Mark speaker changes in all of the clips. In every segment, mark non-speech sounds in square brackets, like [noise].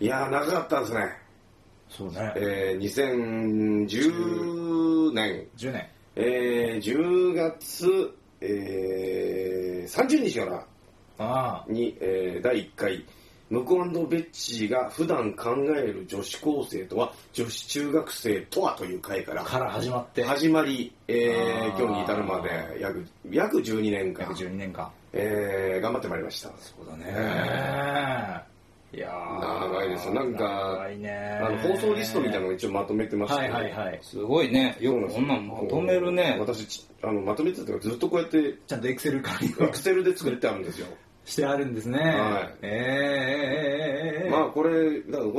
Speaker 1: いやー、長かったですね。
Speaker 2: そうね。
Speaker 1: えー、2010年、
Speaker 2: 10年。
Speaker 1: えー、10月、えー、30日から
Speaker 2: あ
Speaker 1: に、えー、第1回、ムコベッチが普段考える女子高生とは、女子中学生とはという回から
Speaker 2: あ。、から始まって。
Speaker 1: 始まり、えー
Speaker 2: あ、ー
Speaker 1: 今日に至るまで約約12年間
Speaker 2: 約、12年間。
Speaker 1: えー、頑張ってまいりました。
Speaker 2: そうだね。いやー
Speaker 1: 長いですよなんか
Speaker 2: 長いね。
Speaker 1: あの放送リストみたいなのを一応まとめてまし
Speaker 2: は
Speaker 1: て、
Speaker 2: いはいはい。
Speaker 3: すごいね。よ
Speaker 1: そうなん
Speaker 3: く
Speaker 1: です
Speaker 3: こんなんまとめるね。
Speaker 1: 私ちあのまとめてたというかずっとこうやって
Speaker 2: ちゃんとエクセル管理
Speaker 1: エ
Speaker 2: を
Speaker 1: クセルで作ってあるんですよ
Speaker 2: してあるんですね。
Speaker 1: はい
Speaker 2: えーえーえーえーえー
Speaker 1: まあこれだから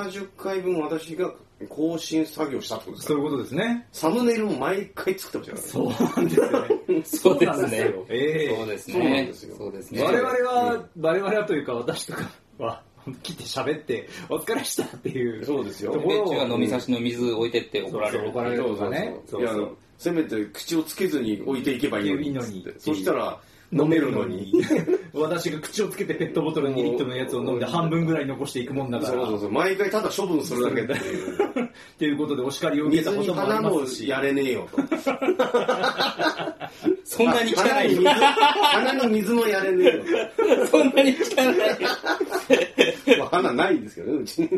Speaker 1: 570回分私が更新作業したってことですか
Speaker 2: そういうことですね。
Speaker 1: サムネイルも毎回作ってましたからね
Speaker 2: そうなんですよね。
Speaker 3: そうですね
Speaker 2: なんよええ
Speaker 3: そうです
Speaker 1: そうなん
Speaker 3: ね
Speaker 1: ですよ。
Speaker 3: そうですね。
Speaker 2: 我々は、我々はというか私とかは、来て喋って、お疲れしたっていう。
Speaker 1: そうですよ
Speaker 2: とこ
Speaker 3: ベ
Speaker 2: ろ
Speaker 3: ッチ
Speaker 2: を
Speaker 3: が飲み差しの水置いてって怒ら
Speaker 2: そ
Speaker 3: れる。
Speaker 2: うそう怒られるとかね
Speaker 1: そうそうそう
Speaker 2: そうそう
Speaker 1: いやせめて口をつけずに置いていけばいいのに
Speaker 2: いいのに
Speaker 1: そしたら飲めるのに。
Speaker 2: 私が口をつけてペットボトル2リットルのやつを飲んで半分ぐらい残していくもんだ
Speaker 1: そう
Speaker 2: から。
Speaker 1: そうそう毎回ただ処分するだけっていう
Speaker 2: っていうことでお叱りを受け
Speaker 1: 水
Speaker 2: たこ
Speaker 1: に
Speaker 2: ともあ
Speaker 1: 花
Speaker 2: りま
Speaker 1: も
Speaker 2: すし。
Speaker 1: やれねえよと
Speaker 3: そんなに汚
Speaker 1: 花に
Speaker 3: い
Speaker 1: 水。花に水もやれねえよ
Speaker 3: [laughs] そんなに汚い。
Speaker 1: まあ、花ないんですけどね、うちに。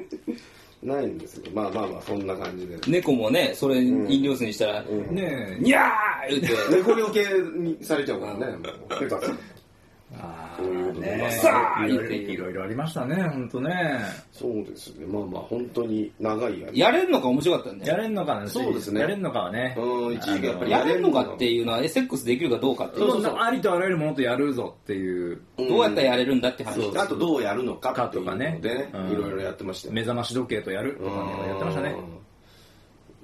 Speaker 1: ないんですけど、まあまあまあ、そんな感じで。
Speaker 3: 猫もね、それ飲料水にした
Speaker 1: う
Speaker 3: ら、
Speaker 1: ん、
Speaker 2: ねえ。
Speaker 3: にゃー言って。
Speaker 1: 猫よけにされちゃうからね、もう。ペタさん
Speaker 2: あ
Speaker 1: そういうことで
Speaker 2: ね
Speaker 3: さあ
Speaker 2: いろいろいろいろありましたね、ほんとね。
Speaker 1: そうですね、まあまあ、本当に長いやり。
Speaker 3: やれるのが面白かったね。
Speaker 2: やれんのかな
Speaker 1: そうですね
Speaker 2: やれんのかはね。
Speaker 1: うん、一時期やっぱり
Speaker 3: やれるのかっていうのは、えセックスできるかどうかっていう。
Speaker 2: そうそうありとあらゆるものとやるぞっていう、
Speaker 1: ん
Speaker 3: どうやったらやれるんだって話。
Speaker 1: あとどうやるのか
Speaker 2: か
Speaker 1: ってい
Speaker 2: と
Speaker 1: うので
Speaker 2: かね
Speaker 1: ね、
Speaker 2: うん
Speaker 1: いろいろやってましたよ
Speaker 2: 目覚まし時計とやるとかねやってましたね。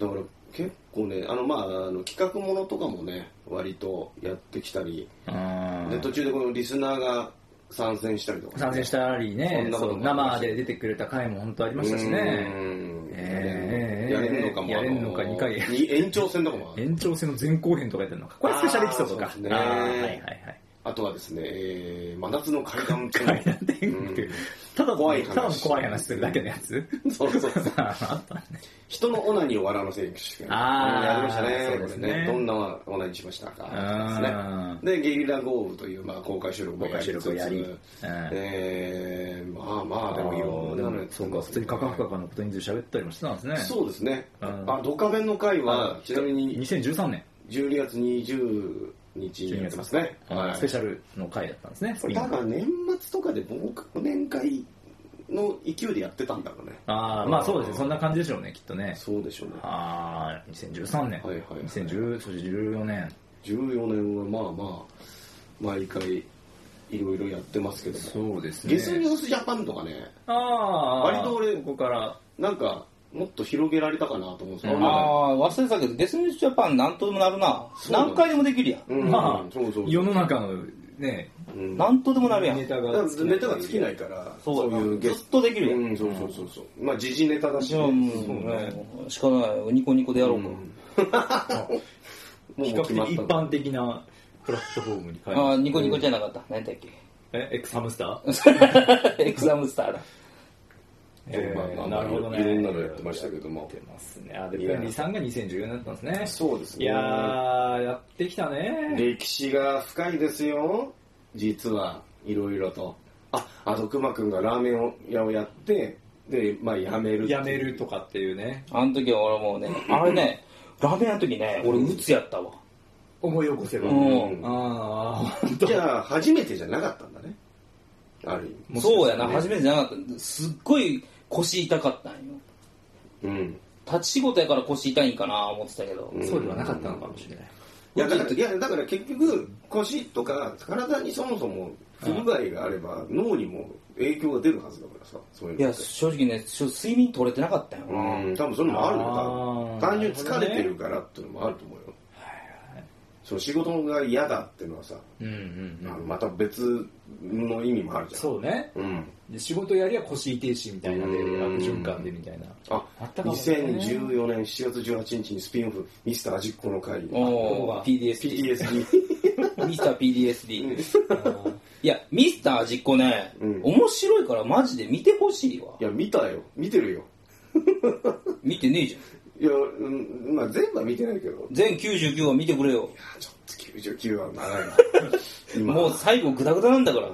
Speaker 1: うんだから結構ね、あのまあ、あの企画ものとかもね、割とやってきたり、
Speaker 2: うん
Speaker 1: で途中でこのリスナーが参戦したりとか、
Speaker 2: 参戦したり
Speaker 1: そ
Speaker 2: ね
Speaker 1: ん、なこ
Speaker 2: そ
Speaker 1: と
Speaker 2: う
Speaker 1: もありました
Speaker 2: 生で出てくれた回も本当ありましたしね。
Speaker 1: うん
Speaker 2: えー
Speaker 1: やれんのかも。
Speaker 2: やれんのか
Speaker 1: あ
Speaker 2: 二回
Speaker 1: に延長戦とかもある。
Speaker 2: 延長戦の前後編とかやってるのか。これスペシャルエピソード
Speaker 1: あー
Speaker 2: か
Speaker 1: そうで。すね
Speaker 2: あーはいはいはい。
Speaker 1: あとはですね、えー、真夏の海岸
Speaker 2: [laughs] 階段天
Speaker 1: うん
Speaker 2: 国っていうただ
Speaker 1: 怖い話
Speaker 2: ただの怖い話するだけのや [laughs] つ。
Speaker 1: そうそうそう。
Speaker 2: ああったね
Speaker 1: 人のオナニーを笑わせるし
Speaker 2: あー
Speaker 1: やりましたね。
Speaker 2: そうですね
Speaker 1: これどんなオナニーしましたか。
Speaker 2: う
Speaker 1: ですね。で、ゲリラ豪雨という、まあ、公開収録もやり
Speaker 2: 公
Speaker 1: つ
Speaker 2: 開収録をやり
Speaker 1: つ
Speaker 2: うん、
Speaker 1: えー、まあまあ、でもいろんなのやって
Speaker 2: そうか、普通にカカフカカのことについて喋ったりもしてたんですね。
Speaker 1: そうですね。
Speaker 2: うん
Speaker 1: あ、ドカベンの会は、ちなみに
Speaker 2: 2013年、
Speaker 1: 12月20日にやってますね。はい
Speaker 2: スペシャルの回だったんですね。
Speaker 1: これ多分年末とかで忘年会の勢いでやってたんだろうね
Speaker 2: ああ、まあそうですね、そんな感じでしょうね、きっとね。
Speaker 1: そうでしょうね
Speaker 2: ああ、2013年、
Speaker 1: はいはいはい
Speaker 2: 2010、そして14年。
Speaker 1: 14年はまあまあ毎回いろいろやってますけども、
Speaker 2: そうです
Speaker 1: ゲスニュースジャパンとかね
Speaker 2: ああ、
Speaker 1: 割と俺
Speaker 2: ここから、
Speaker 1: なんかもっと広げられたかなと思うんですけど、
Speaker 2: うん
Speaker 1: まだ
Speaker 3: ああ、忘れてたけど、デスミスジャパンなんとでもなるな。
Speaker 1: そうだ
Speaker 3: 何回でもできるやん。
Speaker 1: うん
Speaker 2: まあ
Speaker 1: そうそう
Speaker 2: 世の中のね、
Speaker 1: うんだか
Speaker 3: なんとでもなるやん。
Speaker 2: ネタ
Speaker 1: ら
Speaker 2: が
Speaker 1: ネタが尽きないからそういうゲ
Speaker 3: ず
Speaker 1: ス
Speaker 3: っ
Speaker 1: ト
Speaker 3: とできるやん。
Speaker 1: うんそうそうそうそうまあ時事ネタだし
Speaker 3: じ
Speaker 1: ね、
Speaker 3: ゃあもう、
Speaker 1: そうね
Speaker 3: しかない。ニコニコでやろうか。
Speaker 1: [laughs] もう
Speaker 2: 比較
Speaker 1: 決まっ
Speaker 2: 的一
Speaker 1: た
Speaker 2: 般的なプラットフォームに変え
Speaker 3: あ
Speaker 2: ま
Speaker 3: あ、
Speaker 2: し
Speaker 3: ニコニコじゃなかった。何だっけ。
Speaker 2: た。え、エクスハムスター
Speaker 3: エクサムスターだ。
Speaker 2: え
Speaker 1: まあまあ
Speaker 2: ー
Speaker 1: まあ
Speaker 2: なるほどね。
Speaker 1: いろんなのやってましたけども
Speaker 2: やってますね。あ、で、
Speaker 1: いや
Speaker 2: リさんが2014年だったんですね。
Speaker 1: そうですね
Speaker 2: いやー、やってきたね。
Speaker 1: 歴史が深いですよ実はいろいろとああと熊くんがラーメン屋をやってでまあ辞めるっていう
Speaker 2: やめるとかっていうね、
Speaker 3: あの時は俺もうね、あれね、ラーメン屋の時ね、俺、うつやったわ。
Speaker 2: 思い起こせば。あ
Speaker 3: うん。
Speaker 2: あ、本当
Speaker 1: じゃあ初めてじゃなかったんだねある
Speaker 2: もしかしたらね
Speaker 3: そうやな、初めてじゃなかった。すっごい腰痛かったんよ。
Speaker 1: 意味うん
Speaker 3: 立ち仕事やから腰痛いんかな思ってたけど。
Speaker 1: ん
Speaker 2: そうではなかったのかもしれない。
Speaker 1: いやだからいやだから結局腰とか体にそもそも不具合があれば脳にも影響が出るはずだからさそういう
Speaker 3: い
Speaker 1: の
Speaker 3: や、
Speaker 1: って
Speaker 3: 正直ね、ちょ睡眠取れてなかったよな。
Speaker 1: うん多分それもあるよ多
Speaker 2: あー
Speaker 1: 分単純に疲れてるからっていうのもあると思うよ、そう仕事が嫌だっていうのはさ
Speaker 2: うんうん
Speaker 1: あ
Speaker 2: うん。
Speaker 1: のまた別の意味もあるじゃん
Speaker 2: そうね。
Speaker 1: うん
Speaker 2: で仕事やりゃ腰痛いしみたいなで、悪
Speaker 1: うん
Speaker 2: 循環でみたいな。
Speaker 1: あ
Speaker 2: あったかもね
Speaker 1: 2014年7月18日にスピンオフ「ミスター味っ子の会」
Speaker 3: おー、PDSD。
Speaker 1: PTSD
Speaker 3: ミスター PDSD。いや、ミスター味っ子ね、
Speaker 1: うん
Speaker 3: 面白いからマジで見てほしいわ
Speaker 1: [laughs] い。や見たよ見てるよ
Speaker 3: 見てねえじ
Speaker 1: い
Speaker 3: ゃん。
Speaker 1: や、うん、まあ全部は見てないけど
Speaker 3: 全99話見てくれよ。
Speaker 1: ちょっと99は長いな今
Speaker 3: もう最後グダグダなんだから。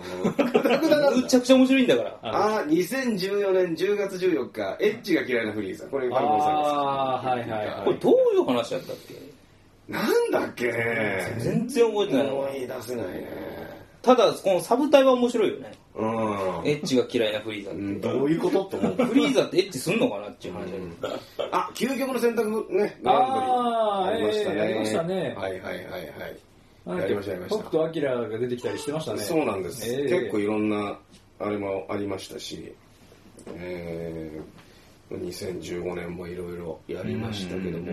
Speaker 1: グダグダなん
Speaker 3: む
Speaker 1: だ
Speaker 3: ちゃくちゃ面白いんだから。
Speaker 1: あー2014年10月14日エッチが嫌いなフリーザこれファルコンさんです
Speaker 4: あー、はいはいは
Speaker 3: これ
Speaker 4: い。
Speaker 3: どういう話だったっけ
Speaker 1: なんだっけね
Speaker 3: 全然覚えてないの
Speaker 1: 思。い出せないね
Speaker 3: ただ、このサブタイは面白いよね。
Speaker 1: うん
Speaker 3: エッチが嫌いなフリーザって。
Speaker 1: うんどういうことと思う
Speaker 3: フリーザってエッチすんのかなっていう話だよ
Speaker 1: うんあ究極の選択ね
Speaker 4: あー
Speaker 1: グランプリ
Speaker 4: えーやりましたね
Speaker 1: はいはいはいはい
Speaker 4: なん
Speaker 1: や
Speaker 4: か
Speaker 1: りましたやりました
Speaker 4: 北斗晶が出てきたりしてましたね。
Speaker 1: そうなんです、
Speaker 4: ええ
Speaker 1: 結構いろんなあれもありましたし、えー2015年もいろいろやりましたけども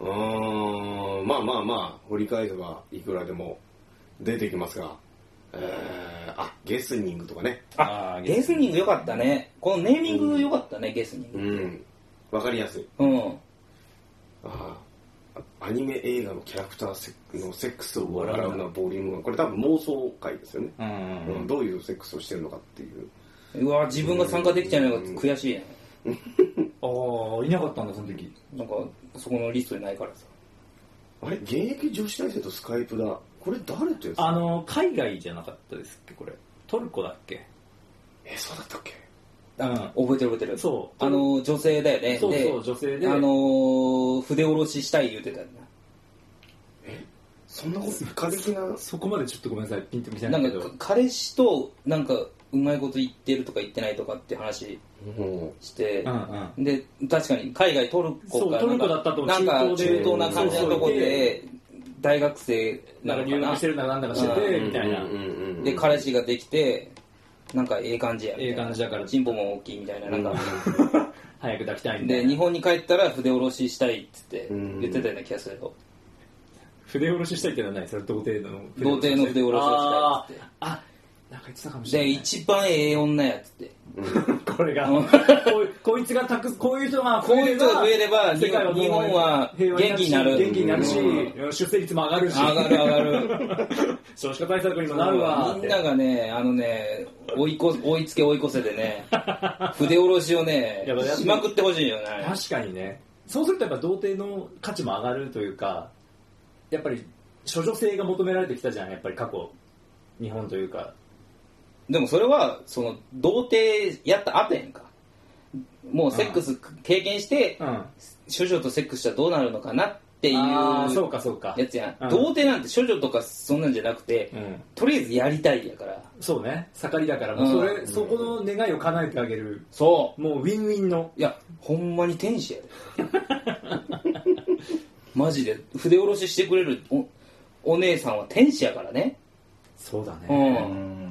Speaker 1: うーんまあまあまあ掘り返せばいくらでも出てきますが、えーあゲスニングとかね
Speaker 3: あ、ゲスニング良かったね。このネーミング良かったね、ゲスニン
Speaker 1: う
Speaker 3: グ。
Speaker 1: んわかりやすい
Speaker 3: うん。
Speaker 1: あーアニメ映画のキャラクターセックのセックスを笑うようなボリュームがこれ多分妄想回ですよね、
Speaker 4: うんうんう
Speaker 1: うん
Speaker 4: ん。
Speaker 1: どういうセックスをしてるのかっていう
Speaker 3: うわ自分が参加できちゃいないのが悔しいね。
Speaker 4: ああ、いなかったんだ、その時。
Speaker 3: なんか、そこのリストにないからさ。
Speaker 1: あれ現役女子大生とスカイプだ。これ誰とやつ
Speaker 2: あの、海外じゃなかったですっけ、これ。トルコだっけ
Speaker 1: え、そうだったっけ
Speaker 2: う
Speaker 3: 覚えてる覚えてる。
Speaker 2: ん。そう。
Speaker 3: あの、女性だよね。
Speaker 2: そう
Speaker 3: で
Speaker 2: そう、女性で。
Speaker 3: あの、筆下ろししたい言うてたよ
Speaker 1: そんなこと、過激な。
Speaker 2: そこまでちょっとごめんなさい、ピンと見せ
Speaker 3: な。
Speaker 2: ない
Speaker 3: な
Speaker 2: け
Speaker 3: ん
Speaker 2: ど。
Speaker 3: か、彼氏と、なんか、うまいこと言ってるとか言ってないとかって話
Speaker 1: も
Speaker 3: して
Speaker 2: う、んうん。
Speaker 3: で、確かに海外トルコか
Speaker 2: そう
Speaker 3: なん
Speaker 2: トルコだ
Speaker 3: か
Speaker 2: ったと思う
Speaker 3: なんか
Speaker 2: 中東
Speaker 3: 中
Speaker 2: で
Speaker 3: 東な感じのとこで、大学生
Speaker 2: な
Speaker 3: なん
Speaker 2: か留
Speaker 3: のかな
Speaker 2: 学してるんだなんだかして
Speaker 1: う
Speaker 2: て、
Speaker 1: ん
Speaker 2: みたいな
Speaker 1: うん。うんうん
Speaker 3: で、彼氏ができて、なんかええ感じや。
Speaker 2: ええ感じだから
Speaker 3: チンポも大きいみたいな、なんか。
Speaker 2: 早く抱きたいみたい
Speaker 3: [laughs] で、
Speaker 2: な。
Speaker 3: 日本に帰ったら筆下ろししたいっつって
Speaker 1: うん
Speaker 3: 言ってたような気がするよ。
Speaker 2: 筆下ろししたいってのはないそれ童貞の。
Speaker 3: 童貞の筆下ろしをしたいっつって。
Speaker 2: あーあ、なんか言ってたかもしれな
Speaker 3: で、
Speaker 2: い。
Speaker 3: 一番ええ女やっ
Speaker 2: [laughs]
Speaker 3: つって。
Speaker 2: これが、
Speaker 3: う
Speaker 2: こ
Speaker 3: ん
Speaker 2: うこいつがたく、こういう人が
Speaker 3: こういう人が増え
Speaker 2: る。
Speaker 3: れば、
Speaker 2: 世
Speaker 3: 日
Speaker 2: 界は
Speaker 3: 本
Speaker 2: どう
Speaker 3: 日本は
Speaker 2: 平和
Speaker 3: 元気になる。
Speaker 2: 元気になるし
Speaker 1: う、
Speaker 2: 出生率も上がるし、
Speaker 3: 上がる上がる。
Speaker 2: 少子化対策にもなるわ。
Speaker 3: みんながね、あのね、追いこ追いつけ追い越せで
Speaker 2: [laughs]
Speaker 3: ね、筆下ろしをね
Speaker 2: やっぱやっ、ぱ
Speaker 3: しまくってほしいよね。
Speaker 2: 確かにねそうするとやっぱ童貞の価値も上がるというかやっぱり処女性が求められてきたじゃんやっぱり過去日本というか
Speaker 3: でもそれは、その、童貞やった後やんか。もうセックス経験して、
Speaker 2: うん
Speaker 3: 処女とセックスしたらどうなるのかなっていう
Speaker 2: ああそう
Speaker 3: や
Speaker 2: かそうか
Speaker 3: つや。
Speaker 2: うんん
Speaker 3: 童貞なんて処女とかそんなんじゃなくて
Speaker 2: う、ん
Speaker 3: とりあえずやりたいやから。
Speaker 2: そうね盛りだからもうそれ、
Speaker 1: ん
Speaker 2: そこの願いを叶えてあげる
Speaker 3: そ
Speaker 2: もうウィンウィンの
Speaker 3: う。いや、ほんまに天使やで。 [laughs] マジで、筆下ろししてくれるおお姉さんは天使やからね。
Speaker 2: そうだね
Speaker 3: う。
Speaker 4: うんん。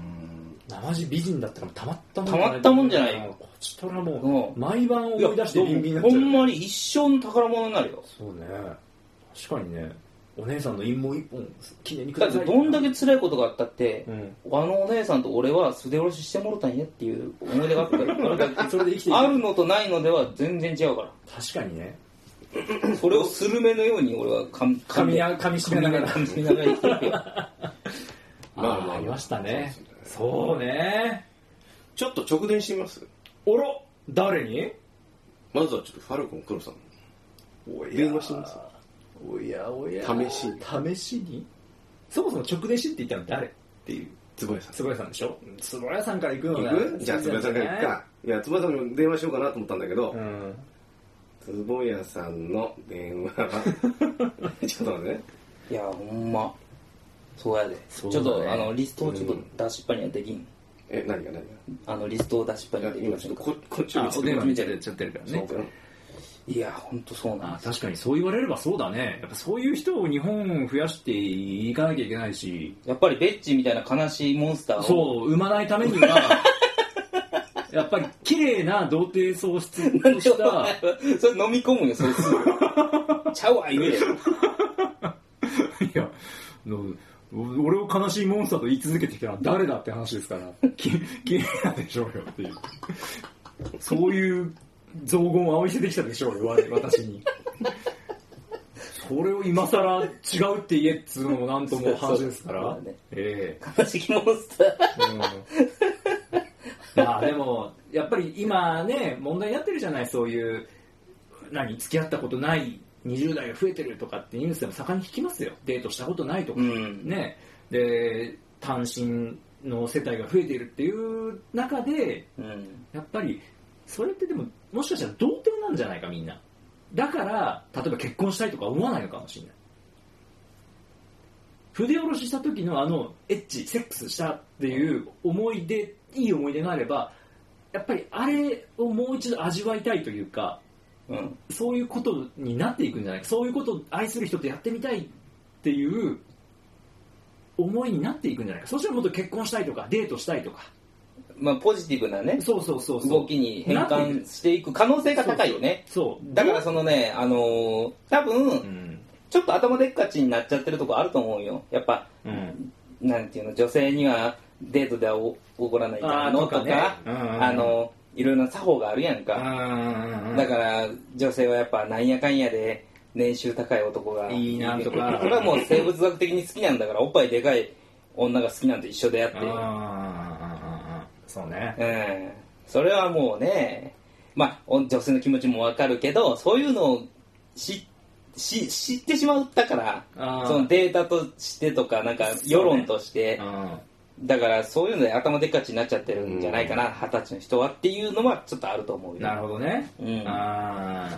Speaker 2: 生地美人だったらたまったもん
Speaker 3: たまったもんじゃないよ
Speaker 2: こちとらもう
Speaker 3: う
Speaker 2: 毎晩
Speaker 3: いや
Speaker 2: 思い出してビンビンになっ
Speaker 3: ほ
Speaker 2: ちゃうん
Speaker 3: まに一生の宝物になるよ。
Speaker 2: そうね確かにねお姉さんの陰謀一本記念にく
Speaker 3: だ
Speaker 2: だ
Speaker 3: っ
Speaker 2: さ
Speaker 3: て
Speaker 2: い
Speaker 3: どんだけ辛いことがあったって、
Speaker 2: うん
Speaker 3: あのお姉さんと俺は素手下ろししてもろたんやっていう思い出があったから
Speaker 2: [laughs] それで生きていく
Speaker 3: あるのとないのでは全然違うか
Speaker 2: 確かにね
Speaker 3: らそれをスルメのように俺は噛み
Speaker 2: 噛み
Speaker 3: で
Speaker 2: や噛み締めながら
Speaker 3: 噛み噛みながら生きてるけど
Speaker 1: まあまあ
Speaker 2: あーありましたね
Speaker 1: そうです
Speaker 2: そうね
Speaker 1: ちょっと直電してみます
Speaker 2: おろ誰に
Speaker 1: まずはちょっとファルコン黒さん。
Speaker 2: お
Speaker 1: や電話してます
Speaker 2: おやおや
Speaker 1: 試し
Speaker 2: 試しにそもそも直弟子って言ったの誰っていう
Speaker 1: つばやさん。
Speaker 2: 坪谷さんでしょ坪谷さんから行くのが
Speaker 1: 行くじゃあつばやさんから行くか。いや、つばやさんにも電話しようかなと思ったんだけど
Speaker 2: う、ん
Speaker 1: つぼやさんの電話は、ちょっと待ってね。
Speaker 3: いやほんまそうやで
Speaker 2: そう
Speaker 3: ち
Speaker 2: だ
Speaker 3: ょっ
Speaker 2: ね
Speaker 3: とあのリストをちょっと出しっぱにはできん、
Speaker 1: え、何が何が
Speaker 3: あのリストを出しっぱ
Speaker 1: い
Speaker 3: には
Speaker 1: や
Speaker 3: でき
Speaker 1: 今
Speaker 3: ま
Speaker 1: ち
Speaker 3: せ
Speaker 1: ょっ
Speaker 3: ん
Speaker 1: と
Speaker 3: か
Speaker 1: こ、こっち
Speaker 2: あ
Speaker 1: を
Speaker 2: お電話見ちゃっちゃってるから
Speaker 1: そう
Speaker 2: ね
Speaker 1: かない
Speaker 3: やほんとそうな
Speaker 2: あ
Speaker 3: んです
Speaker 2: 確かにそう言われればそうだねやっぱそういう人を日本増やしていかなきゃいけないし
Speaker 3: やっぱりベッチみたいな悲しいモンスターを
Speaker 2: そう生まないためには [laughs] やっぱり綺麗な童貞喪失とした
Speaker 3: [laughs] それ飲み込むよそれす
Speaker 2: [laughs]
Speaker 3: ぐちゃうわ言えよ
Speaker 2: いや、の俺を悲しいモンスターと言い続けてきたのは誰だって話ですから、き綺麗なんでしょうよっていう。そういう造言を仰ぎせてきたでしょうよ、我々私に。これを今さら違うって言えっつうのもなんとも話ですから。
Speaker 3: そうだね
Speaker 2: ええ
Speaker 3: 悲しきモンスター。
Speaker 2: まあでも、やっぱり今ね、問題になってるじゃない、そういう、何、付き合ったことない20代が増えてるとかってニュースでも盛んに聞きますよ。デートしたことないとか。
Speaker 3: うん
Speaker 2: ね。で、単身の世帯が増えているっていう中で、
Speaker 3: うん。
Speaker 2: やっぱり、それってでも、もしかしたら童貞なんじゃないか、みんな。だから、例えば結婚したいとか思わないのかもしれない。筆下ろしした時のあの、エッチ、セックスしたっていう思い出、いい思い出があれば、やっぱりあれをもう一度味わいたいというか、
Speaker 3: うん。
Speaker 2: そういうことになっていくんじゃないか、そういうことを愛する人とやってみたいっていう思いになっていくんじゃないか、そしたらもっと結婚したいとか、デートしたいとか、
Speaker 3: まあ、ポジティブなね、
Speaker 2: そうそうそうそう、
Speaker 3: 動きに変
Speaker 2: なっていく
Speaker 3: 換していく可能性が高いよね。
Speaker 2: そう。
Speaker 3: だからそのね、あのー多
Speaker 2: う
Speaker 3: 分、
Speaker 2: ん。
Speaker 3: ちょっと頭でっかちになっちゃってるとこあると思うよ。やっぱ、
Speaker 2: うん。
Speaker 3: なんていうの、女性にはデートではおおごらないからの
Speaker 2: あー
Speaker 3: と
Speaker 2: とか
Speaker 3: か、
Speaker 2: ねうんうんうん
Speaker 3: あの、いろいろな作法があるやんか。だから、女性はやっぱなんやかんやで、年収高い男が
Speaker 2: いいなとか
Speaker 3: これはもう生物学的に好きなんだから、おっぱいでかい女が好きなんと一緒であって。
Speaker 2: あーそうね。
Speaker 3: うん、それはもうね、まあ、お女性の気持ちもわかるけど、そういうのをしし知ってしまったから、
Speaker 2: あー
Speaker 3: そのデータとしてとか、なんか
Speaker 2: そうね
Speaker 3: 世論として、
Speaker 2: うん
Speaker 3: だからそういうので頭でっかちになっちゃってるんじゃないかな、二十歳の人はっていうのはちょっとあると思うよ。
Speaker 2: なるほどね。
Speaker 3: うん
Speaker 2: あー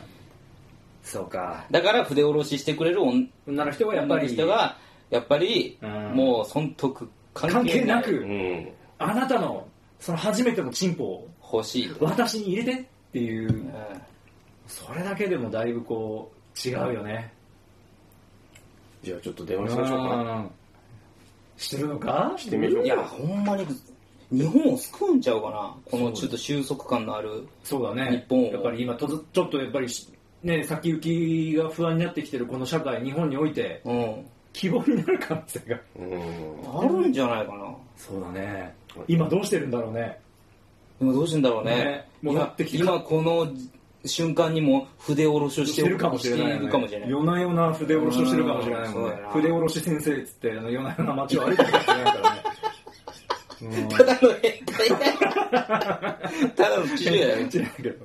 Speaker 2: そうか。
Speaker 3: だから筆下ろししてくれる女
Speaker 2: 女の人はやっぱ
Speaker 3: の
Speaker 2: り、
Speaker 3: 人が、やっぱり
Speaker 2: うん、
Speaker 3: もう損得関
Speaker 2: 関
Speaker 3: 係
Speaker 2: 係
Speaker 3: な
Speaker 2: な
Speaker 3: く
Speaker 1: う
Speaker 2: く、
Speaker 1: ん。
Speaker 2: あなたの、その初めてのチンポを
Speaker 3: 欲しいと。
Speaker 2: 私に入れてっていうう、
Speaker 3: ん
Speaker 2: それだけでもだいぶこう、違うよね。
Speaker 1: じゃあちょっと電話しましょうか。
Speaker 2: うんしてるのか
Speaker 1: してみましょ
Speaker 3: いうや、
Speaker 1: か。
Speaker 3: ほんまに、日本を救うんちゃうかな。こ
Speaker 2: そう
Speaker 3: の
Speaker 2: です
Speaker 3: ちょっと収束感のある。
Speaker 2: そうだね。
Speaker 3: 日本を
Speaker 2: やっぱり今とず、ちょっとやっぱりし、ね、先行きが不安になってきてるこの社会、日本において、
Speaker 3: うん。
Speaker 2: 希望になる可能性が。
Speaker 1: うん。
Speaker 3: あるんじゃないかな。
Speaker 2: そうだね。今どうしてるんだろうね。
Speaker 3: でもどうしてんだろうね
Speaker 2: ね。もうなってきて
Speaker 3: 今今この瞬間にも筆下ろしをして
Speaker 2: してるかもしれない、
Speaker 3: しているかもしれない。
Speaker 2: 夜な夜な筆下ろしをしてるかもしれないもん
Speaker 3: うんそうだ
Speaker 2: ね
Speaker 3: な。
Speaker 2: 筆下ろし先生っつって、あの夜な夜な街を歩いてるかもしれないからね。
Speaker 3: ただの変態だよ。ただの父親だよ。
Speaker 2: [laughs] 知ら [laughs] ないけど。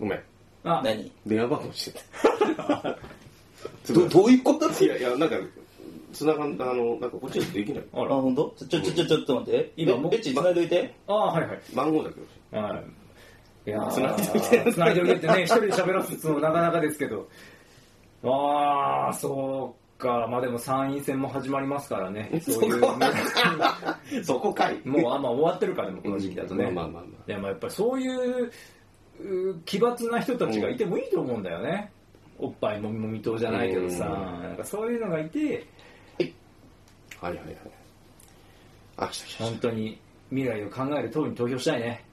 Speaker 1: ごめん。
Speaker 2: あ、
Speaker 3: 何
Speaker 1: 電話番号して [laughs] た。
Speaker 3: どどういうこと
Speaker 1: いやいや、なんか、繋がんだ、あの、なんかこっちにできない。
Speaker 2: あ
Speaker 3: あ、
Speaker 2: ら。
Speaker 3: ほんとちょ、ちょ、ちょ、ちょちょっと待って。
Speaker 2: 今も
Speaker 3: えベッチ繋いどいて。
Speaker 2: あ、はいはい。
Speaker 1: 番号だけど。
Speaker 2: はい。いやー
Speaker 1: 繋いでおいて
Speaker 2: 繋いでおいてってね、一人で喋らすつもなかなかですけど。ああ、そうか。まあでも参院選も始まりますからね。そういう。
Speaker 1: そこかい。
Speaker 2: もうあんま終わってるか、でもこの時期だと
Speaker 1: ま
Speaker 2: ね。
Speaker 1: あまあまあまあ
Speaker 2: いや、まあやっぱりそういう、うー奇抜な人たちがいてもいいと思うんだよね。おっぱいもみもみ党じゃないけどさ、
Speaker 1: う
Speaker 2: なんかそういうのがいて、
Speaker 1: はいはいはい。あ、来た来た来
Speaker 2: 本
Speaker 1: た。
Speaker 2: 当に未来を考える党に投票したいね。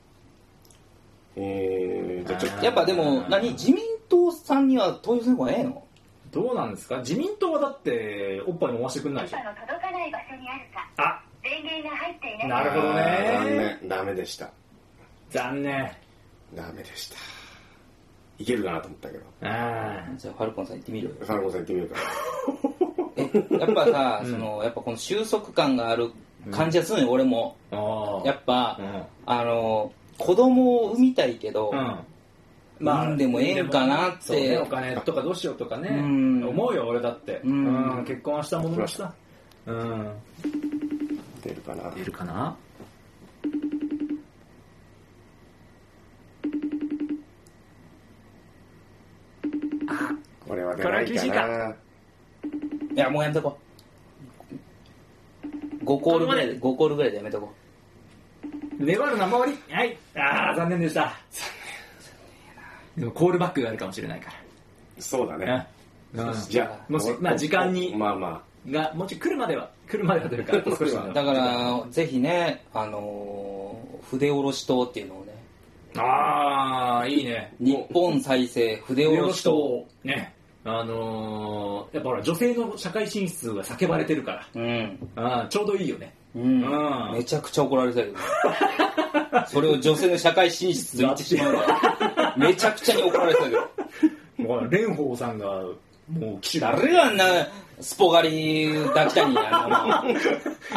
Speaker 1: えー、じゃあちょっ
Speaker 2: あー
Speaker 3: やっぱでも、何自民党さんには投票せん方がええの
Speaker 2: どうなんですか自民党はだって、おっぱい飲ませてくんないでしょ
Speaker 5: 電。波の届かない場所にあるか
Speaker 2: あ
Speaker 5: 電源が入っていない
Speaker 1: と。
Speaker 2: なるほど
Speaker 1: あ
Speaker 2: ね
Speaker 1: ー残念。ダメでした。
Speaker 2: 残念。
Speaker 1: ダメでした。いけるかなと思ったけど。
Speaker 2: あ
Speaker 3: じゃあ、ファルコンさん行ってみる
Speaker 1: サラコさん行ってみようか。
Speaker 3: えやっぱさ、そのやっぱこの収束感がある感じがするのよ、俺も
Speaker 2: あ。あ
Speaker 3: やっぱ、
Speaker 2: うん
Speaker 3: あの子供を産みたいけど、
Speaker 2: うん。
Speaker 3: 産んでもええんかなって
Speaker 2: そうね、お金とかどうしようとかね。
Speaker 3: うん
Speaker 2: 思うよ、俺だって。
Speaker 3: うん
Speaker 2: 結婚はしたもののした。うん。
Speaker 1: 出るかな。
Speaker 2: るかな
Speaker 1: これは出ないかな。
Speaker 3: いやもうやめとこう5コールぐらいで5コールぐらいでやめとこ
Speaker 2: 粘る生割りはい。ああ、残念でした。でもコールバックがあるかもしれないか
Speaker 1: そうだね
Speaker 2: ら。。うん。
Speaker 1: じゃあ、
Speaker 2: もしまあ時間に
Speaker 1: まあま
Speaker 2: が、もちろん来るまでは、 [laughs] 来るまではというか、少し
Speaker 3: う
Speaker 2: は。
Speaker 3: だからぜひねあのー筆下ろし党っていうのをね
Speaker 2: ああ、いいね。
Speaker 3: 日本再生筆下ろし党
Speaker 2: ね、あのーやっぱほら、女性の社会進出が叫ばれてるか
Speaker 3: うん、
Speaker 2: ら、あーちょうどいいよね。
Speaker 3: うん
Speaker 2: うん
Speaker 3: めちゃくちゃ怒られたけど [laughs] それを女性の社会進 [laughs] 出と言ってしまうのはめちゃくちゃに怒られたけど
Speaker 2: もう、蓮舫さんがもう騎手が
Speaker 3: 誰があんなスポ狩り抱 [laughs] きたいんやあんなもん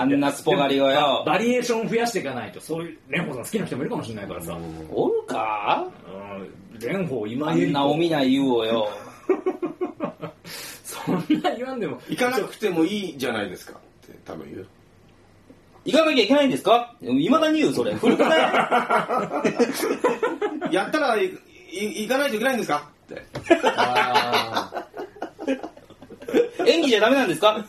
Speaker 3: あんなスポ狩りをよ
Speaker 2: バリエーション増やしていかないとそういう蓮舫さん好きな人もいるかもしれないからさ
Speaker 3: おるか
Speaker 2: うん蓮舫今
Speaker 3: あ
Speaker 2: 井絵
Speaker 3: ん
Speaker 2: 理
Speaker 3: なお
Speaker 2: 子
Speaker 3: 見ない言うをよ
Speaker 2: そんな言わんで [laughs] も
Speaker 1: 行かなくてもいいじゃないですかって多分言う
Speaker 3: 行かなきゃいけないんですかいまだに言うそれ古くない
Speaker 1: やったらいい行かないといけないんですかって
Speaker 3: [laughs] 演技じゃダメなんですか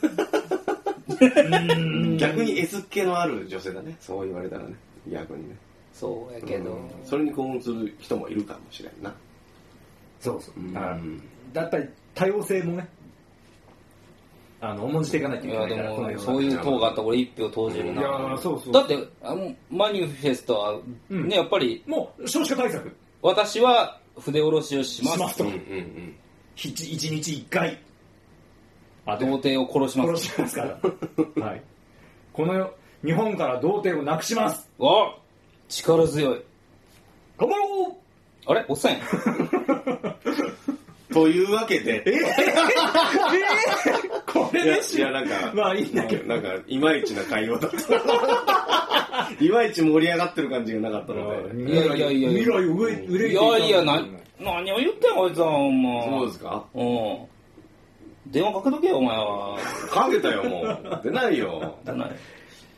Speaker 1: 逆に S っ気のある女性だねそう言われたらね逆にね
Speaker 3: そうやけど、
Speaker 1: うんそれに興奮する人もいるかもしれんな
Speaker 2: そうそう、
Speaker 1: うん
Speaker 2: あやっぱり多様性もねあの重んじていかないとい
Speaker 3: い
Speaker 2: けな
Speaker 3: や
Speaker 2: いからこの
Speaker 3: で
Speaker 2: 世の
Speaker 3: も
Speaker 2: 中
Speaker 3: そういう党があったら俺一票投じる
Speaker 2: い
Speaker 3: な
Speaker 2: やーそうそう
Speaker 3: だってあのマニフェストはね、
Speaker 2: うん
Speaker 3: やっぱり
Speaker 2: もう少子化対策
Speaker 3: 私は筆下ろしをします
Speaker 2: しますと
Speaker 1: うんうん
Speaker 2: 一一日一回あ
Speaker 3: 童貞を殺しま
Speaker 2: 殺
Speaker 3: す
Speaker 2: しますから [laughs] はいこの世日本から童貞をなくします
Speaker 3: わ力強い
Speaker 2: 頑張ろ
Speaker 3: あれおっさんやん
Speaker 1: うんというわけで
Speaker 2: うこれ
Speaker 1: いや
Speaker 2: で
Speaker 1: い
Speaker 2: しょ
Speaker 1: やなんか
Speaker 2: [laughs] まあいいんだけど
Speaker 1: なんかいまいちな会話だった
Speaker 2: [laughs]
Speaker 1: いまいち盛り上がってる感じがなかったので
Speaker 3: いやいやいや
Speaker 2: 未来を憂い憂いて
Speaker 3: い
Speaker 2: いたんだ
Speaker 3: やいやな何を言ってんのあいつはほんま
Speaker 1: そうですか
Speaker 3: うん電話かけとけよお前は
Speaker 1: かけたよもう出ないよ
Speaker 3: だない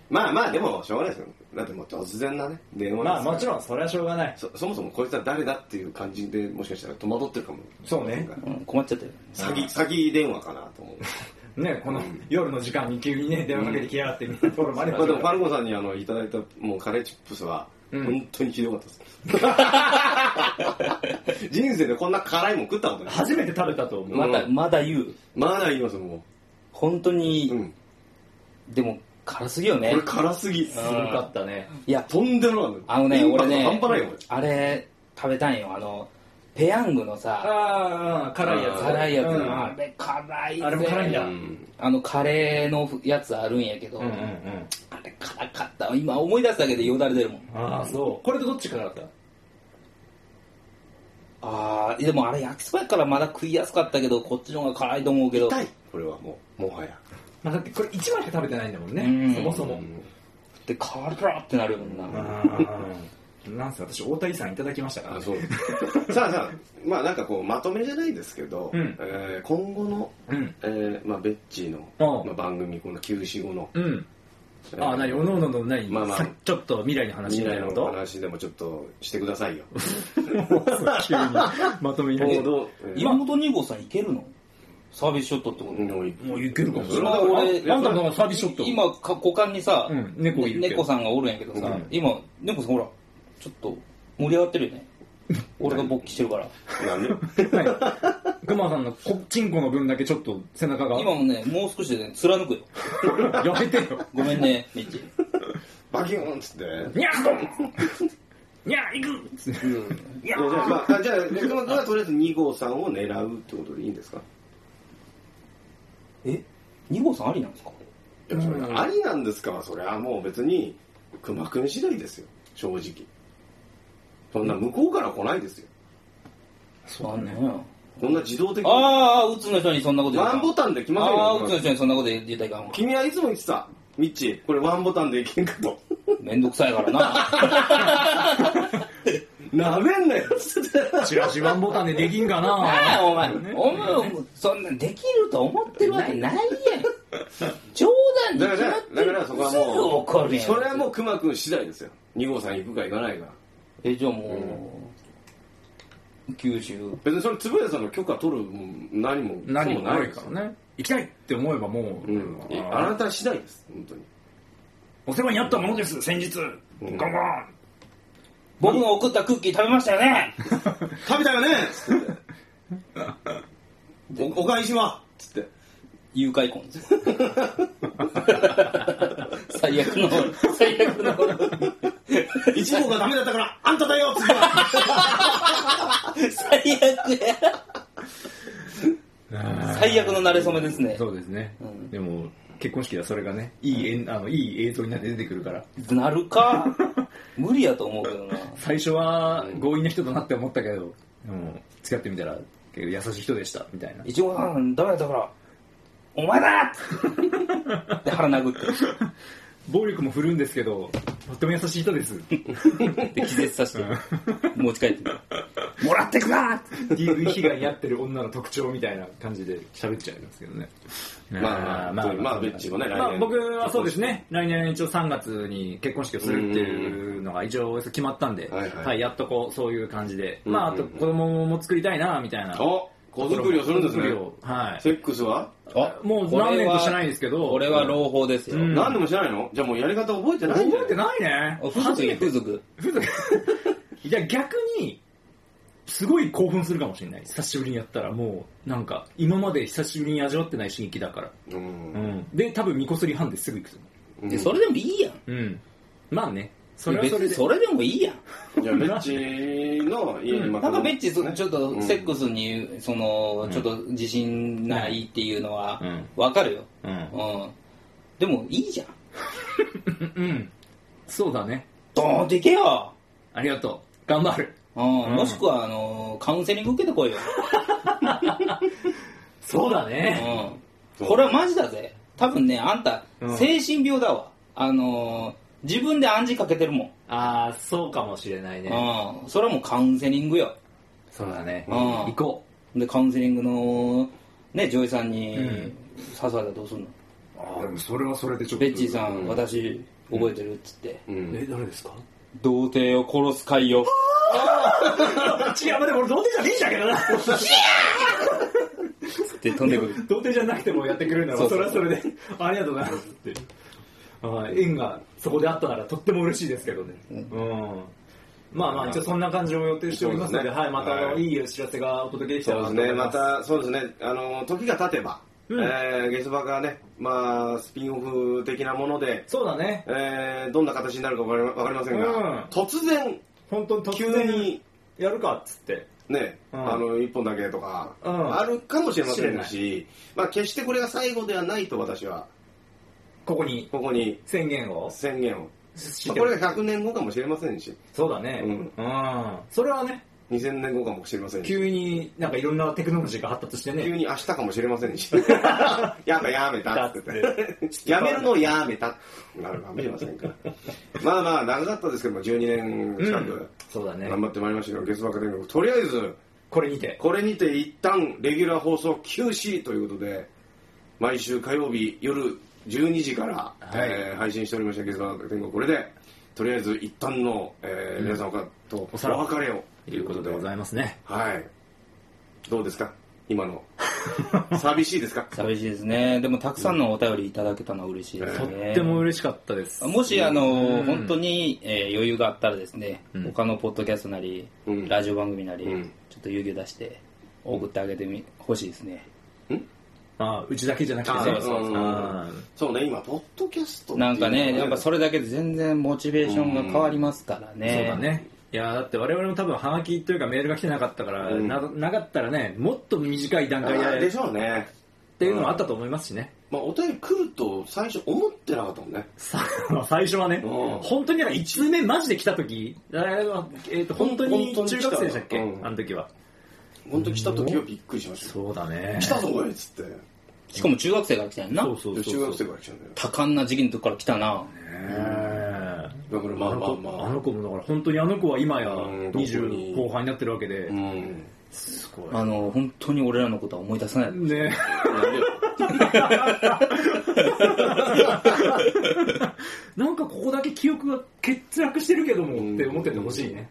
Speaker 1: まあまあでもしょうがないですよだってもう突然なね電話です
Speaker 2: まあもちろんそれはしょうがない
Speaker 1: そそもそもこいつは誰だっていう感じでもしかしたら戸惑ってるかも
Speaker 2: そうね
Speaker 3: うん、困っちゃってる
Speaker 1: 詐欺詐欺電話かなと思う
Speaker 2: ねこの夜の時間に急にね電話かけてきやがってみたいなところもあり
Speaker 1: ま
Speaker 2: ま
Speaker 1: あで
Speaker 2: すか
Speaker 1: も
Speaker 2: ら
Speaker 1: パルゴさんにあのいただいたもうカレーチップスは
Speaker 2: うん
Speaker 1: 本当にひどかったです人生でこんな辛いもん食ったことない
Speaker 2: 初めて食べたと思う
Speaker 3: まだ、
Speaker 1: うん
Speaker 3: まだ言う
Speaker 1: まだ言いますも
Speaker 3: 本当に、
Speaker 1: う、うん、こ
Speaker 3: でも辛すぎよね
Speaker 1: れ辛すぎ
Speaker 2: すごかったね
Speaker 3: いや
Speaker 1: とんでもない
Speaker 3: あのね
Speaker 1: インパク
Speaker 3: 俺
Speaker 1: ト
Speaker 3: ね
Speaker 1: 半端ないよこれ
Speaker 3: あれ食べたいよあのペヤングのさ
Speaker 2: ああ辛いやつ
Speaker 3: 辛いやつ、
Speaker 2: うん
Speaker 3: あれ辛いぜ
Speaker 2: あれも辛いんだ
Speaker 1: うん
Speaker 3: あのカレーのやつあるんやけど、
Speaker 2: うんうんうん
Speaker 3: あれ辛かったわ今思い出すだけでよだれ出るもん
Speaker 2: ああそうこれとどっちからだった
Speaker 3: あーでもあれ焼きそばやからまだ食いやすかったけどこっちの方が辛いと思うけど
Speaker 1: 痛いこれはもうもはや
Speaker 2: まあだってこれ1枚しか食べてないんだもん
Speaker 3: うん
Speaker 2: ねそもそも
Speaker 1: ん
Speaker 3: で辛ってなるもんな、
Speaker 2: なんせ私太田遺産いただきましたから
Speaker 1: あ
Speaker 2: ね
Speaker 1: そう [laughs] さあさあまあなんかこうまとめじゃないですけど、
Speaker 2: うん
Speaker 1: えー今後の、
Speaker 2: うん
Speaker 1: えーまあ、ベッチーの、
Speaker 2: うん
Speaker 1: まあ、番組この休止後の、
Speaker 2: うん
Speaker 1: えー
Speaker 2: ああ何おのおのの何
Speaker 1: まあまあ
Speaker 2: さちょっと未来の話
Speaker 1: 未
Speaker 2: みた
Speaker 1: 来
Speaker 2: いなこ
Speaker 1: の
Speaker 2: と
Speaker 1: 話でもちょっとしてくださいよ
Speaker 2: 急にまとめになっち
Speaker 1: 報
Speaker 2: ゃった
Speaker 1: 道、えー
Speaker 3: 岩本二号さんいけるのサービスショットってこと、
Speaker 1: もうい
Speaker 2: もういけるかもしれ
Speaker 3: ま
Speaker 2: な
Speaker 3: あ
Speaker 2: い
Speaker 3: 俺
Speaker 2: あんたのサービスショット
Speaker 3: 今か股間にさ、
Speaker 2: うん猫いるけど
Speaker 3: ね猫さんがおるんやけどさ、
Speaker 1: うん
Speaker 3: 今猫さんほらちょっと盛り上がってる
Speaker 2: [laughs]
Speaker 3: よね俺が勃起してるから
Speaker 1: 何
Speaker 2: はい熊さんのこチンコの分だけちょっと背中が
Speaker 3: 今もねもう少しでね貫くよ
Speaker 2: やめてよ
Speaker 3: ごめ
Speaker 2: [laughs]
Speaker 3: んねミッチ
Speaker 1: バキューンっつってい
Speaker 2: にゃーにゃー行くつって
Speaker 1: やじゃあ,、まあ、あじゃあ菊間君はとりあえず2号さんを狙うってことでいいんですか
Speaker 3: え二号さんありなんですか
Speaker 1: いやそれがありなんですかはそれはもう別に熊君次第ですよ正直そんな向こうから来ないですよ
Speaker 3: そうね
Speaker 1: こんな自動的に
Speaker 3: ああうつの人にそんなこと言
Speaker 1: ワンボ
Speaker 3: ン
Speaker 1: タンで来ませんよ
Speaker 3: ああーうつの人にそんなこと言ったら
Speaker 1: [laughs]
Speaker 3: いかんわ
Speaker 1: 君はいつも言ってたミッチーこれワンボタンでいけんかと [laughs]
Speaker 3: めんどくさいからな
Speaker 1: なめんなよ
Speaker 2: チラシワンボタンでできんか
Speaker 3: な
Speaker 2: な
Speaker 3: あお前お前そんなできると思ってるわけないやん冗談
Speaker 1: だか
Speaker 3: に決まっ
Speaker 1: ら
Speaker 3: て
Speaker 1: だ
Speaker 3: る
Speaker 1: からそこは
Speaker 3: すぐ怒
Speaker 1: も
Speaker 3: る
Speaker 1: う
Speaker 3: やん
Speaker 1: それはもう熊君次第ですよ2号さん行くか行かないか
Speaker 3: えじゃあもう、九州
Speaker 1: 別にそれつぶやさんの許可取るも何も
Speaker 2: 何も
Speaker 1: そう
Speaker 2: ない
Speaker 1: です
Speaker 2: か
Speaker 1: よ
Speaker 2: らね行きたいって思えばもう、
Speaker 1: うん、い
Speaker 2: あ
Speaker 1: あなた次第です本当に
Speaker 2: お世話になったものです先日、
Speaker 1: ん
Speaker 2: ゴンゴン
Speaker 3: 僕の送ったクッキー食べましたよね
Speaker 1: 食べたよねつっておお返しはつって
Speaker 3: 誘拐婚です [laughs] 最悪の最悪の
Speaker 1: 一号がダメだったから [laughs] あんただよつって
Speaker 3: 最悪や最悪の馴れ初めですね
Speaker 2: そうですね、
Speaker 3: ん
Speaker 2: でも結婚式ではそれがねいい,、あのいい映像になって出てくるから
Speaker 3: なるか無理やと思うけどな
Speaker 2: 最初は強引な人だなって思ったけどでも付き合ってみたらけど優しい人でしたみたいな
Speaker 3: 一応さんダメだったからお前だってで腹殴っ
Speaker 2: 暴力も振るんですけどとっても優しい人ですって
Speaker 3: てで気絶させて持ち帰って
Speaker 2: もらってくなっていう被害に遭ってる女の特徴みたいな感じで喋っちゃいますけどね
Speaker 1: まあまあまあまあベッチもね来年
Speaker 2: まあ、僕はそうですね来年一応3月に結婚式をするっていうのが一応決まったんで、
Speaker 1: はいはい
Speaker 2: やっとこうそういう感じで、
Speaker 1: うん
Speaker 2: まああと子供も作りたいなみたいな
Speaker 1: お子作りをするんですね
Speaker 2: 子作りをはい
Speaker 1: セックスは
Speaker 3: あ
Speaker 2: もう何年かしてないですけど
Speaker 3: 俺は朗報ですよ、
Speaker 2: うん
Speaker 1: 何でも知らないのじゃあもうやり方覚えてないんじゃ
Speaker 2: 覚えてないね
Speaker 3: 風俗よ風俗
Speaker 2: ふざけ [laughs] いや逆にすごい興奮するかもしれない久しぶりにやったらもうなんか今まで久しぶりに味わってない刺激だから、
Speaker 1: う
Speaker 2: うんん、で多分みこすりハンデすぐ行くと思
Speaker 1: うん
Speaker 3: でそれでもいいやん
Speaker 2: ううんまあねそれは
Speaker 3: 別
Speaker 2: それ
Speaker 3: に
Speaker 2: で
Speaker 3: それでもいいやん
Speaker 1: じゃあベッチの家にま
Speaker 3: なんかベッチ、そ
Speaker 1: ね
Speaker 3: ちょっとセックスに、その、ちょっと自信ないっていうのは
Speaker 2: うん、
Speaker 3: わかるよ。
Speaker 2: うん
Speaker 3: うん。でも、いいじゃん。
Speaker 2: うんそうだね
Speaker 3: ドーンっていけよ
Speaker 2: ありがとう頑張る
Speaker 3: うん。もしくは、あの、カウンセリング受けて [laughs] こいよ。
Speaker 2: そうだ
Speaker 3: う
Speaker 2: ね
Speaker 3: ん。これはマジだぜ。多分ね、あんた
Speaker 2: う、ん
Speaker 3: 精神病だわ。あの、自分で暗示かけてるもん。
Speaker 2: ああそうかもしれないね
Speaker 3: うん。それはもうカウンセリングよ。
Speaker 2: そうだね
Speaker 3: うん
Speaker 2: 行こ
Speaker 3: で、カウンセリングの、ね、女医さんに
Speaker 2: うん
Speaker 3: 刺されたらどうすんの
Speaker 1: あでもそれはそれでちょ
Speaker 3: ベッチーさん、私、覚えてるっつって。
Speaker 1: う
Speaker 2: うん誰ですか
Speaker 3: 童貞を殺す会よ。
Speaker 2: [laughs] 違うまあでも俺童貞じゃねえんだけどな
Speaker 3: って飛んでくる。
Speaker 2: 童貞じゃなくてもやってくれるなら
Speaker 3: そう
Speaker 2: そ
Speaker 3: そう
Speaker 2: れはそれでありがとうございますってはい縁がそこであったならとっても嬉しいですけどねうん、まあまあ一応そんな感じを予定しておりますの
Speaker 1: そうで
Speaker 2: で
Speaker 1: すね
Speaker 2: はいまたあの
Speaker 1: はい
Speaker 2: いいお知らせがお届けできた
Speaker 1: そう
Speaker 2: ら
Speaker 1: ですね、
Speaker 2: なと
Speaker 1: ま
Speaker 2: 思いす
Speaker 1: た、そうですね、あの、時が経てば、
Speaker 2: うん
Speaker 1: えーゲスバがね、まあ、スピンオフ的なもので、
Speaker 2: そうだね
Speaker 1: えーどんな形になるかわかりわかりませんが、
Speaker 2: うん
Speaker 1: 突然、
Speaker 2: 本当に突
Speaker 1: 急
Speaker 2: 然
Speaker 1: に、
Speaker 2: やるかっつって
Speaker 1: ね、
Speaker 2: うん
Speaker 1: あの、一本だけとか、
Speaker 2: うん
Speaker 1: あるかもしれませんし、まあ、決してこれが最後ではないと私は、
Speaker 2: ここに
Speaker 1: ここに
Speaker 2: 宣言を
Speaker 1: 宣言を。
Speaker 2: し
Speaker 1: まあ
Speaker 2: て
Speaker 1: これが100年後かもしれませんし、
Speaker 2: そうだね
Speaker 1: うん
Speaker 2: うんそれはね
Speaker 1: 2000年後かもしれませんし、
Speaker 2: 急になんかいろんなテクノロジーが発達して
Speaker 1: 急
Speaker 2: ね
Speaker 1: に明日かもしれません
Speaker 2: [laughs]
Speaker 1: し、やめやめたって言って、やめるのやめたってなるかもしれませんから。まあまあ、長かったですけども、12年
Speaker 2: う
Speaker 1: 近
Speaker 2: ん
Speaker 1: く
Speaker 2: そうだね
Speaker 1: 頑張ってまいりましたけど、月爆天国、とりあえず、
Speaker 2: これにて
Speaker 1: これにて一旦レギュラー放送休止ということで、毎週火曜日夜12時から、えー配信しておりました月爆天国、これで、とりあえず一旦の、えー皆さんとお
Speaker 2: おさらば
Speaker 1: 別れを
Speaker 2: ということでございますね
Speaker 1: はい。どうですか今の。 [laughs] 寂しいですか
Speaker 3: 寂しいですね。でも、たくさんのお便りいただけたのは嬉しいです
Speaker 2: と
Speaker 3: ね。
Speaker 2: っても嬉しかったです
Speaker 3: もし、あ
Speaker 2: う
Speaker 3: の、
Speaker 2: ん
Speaker 3: 本当に、えー余裕があったらですね、
Speaker 2: ん
Speaker 3: 他のポッドキャストなり、
Speaker 1: うん
Speaker 3: ラジオ番組なり、
Speaker 1: うん
Speaker 3: ちょっと勇気を出して、送ってあげてみ、ほしいですね。
Speaker 2: ああうちだけじゃなくて
Speaker 1: あ
Speaker 2: ね
Speaker 1: そうそうそう
Speaker 2: あ
Speaker 1: そうね、今、ポッドキャストっていう
Speaker 3: な
Speaker 1: の
Speaker 3: ん
Speaker 1: が
Speaker 3: かね、やっぱそれだけで全然モチベーションが変わりますから
Speaker 2: あ
Speaker 3: ね。
Speaker 2: そうだ。ねいやーだって我々も多分ハガキというかメールが来てなかったから、
Speaker 1: うん
Speaker 2: ななかったらねもっと短い段
Speaker 1: あ
Speaker 2: 階
Speaker 1: ー
Speaker 2: で
Speaker 1: で
Speaker 2: っ
Speaker 1: しょうね。
Speaker 2: ていうのもあったと思いますしね、
Speaker 1: まあ、お便り来ると最初思ってなかったもんね。
Speaker 2: さ最初はね
Speaker 1: うん
Speaker 2: 本当になんか1通目マジで来た時、あーえー、と本当に
Speaker 1: 本当
Speaker 2: 中
Speaker 1: に来
Speaker 2: 学
Speaker 1: た
Speaker 2: 生でしたっけ、
Speaker 1: うん
Speaker 2: あの時は
Speaker 1: 本当来た時はびっくりしましたよ。
Speaker 2: そうだね
Speaker 1: 来たぞ、おいっつって。
Speaker 3: しかも中学生から来たんやな。
Speaker 2: そうそうそうそう
Speaker 1: 中学生から来たんだよ。
Speaker 3: 多感な時期のとこから来たな。
Speaker 2: ねえ
Speaker 1: だからまあまあまあ
Speaker 2: の子もだから本当にあの子は今や
Speaker 1: うん
Speaker 2: 20後半になってるわけで、
Speaker 1: うん。
Speaker 2: すごい
Speaker 3: あの、本当に俺らのことは思い出さない。
Speaker 2: ねなんかここだけ記憶が欠落してるけどもって思っててほしいね。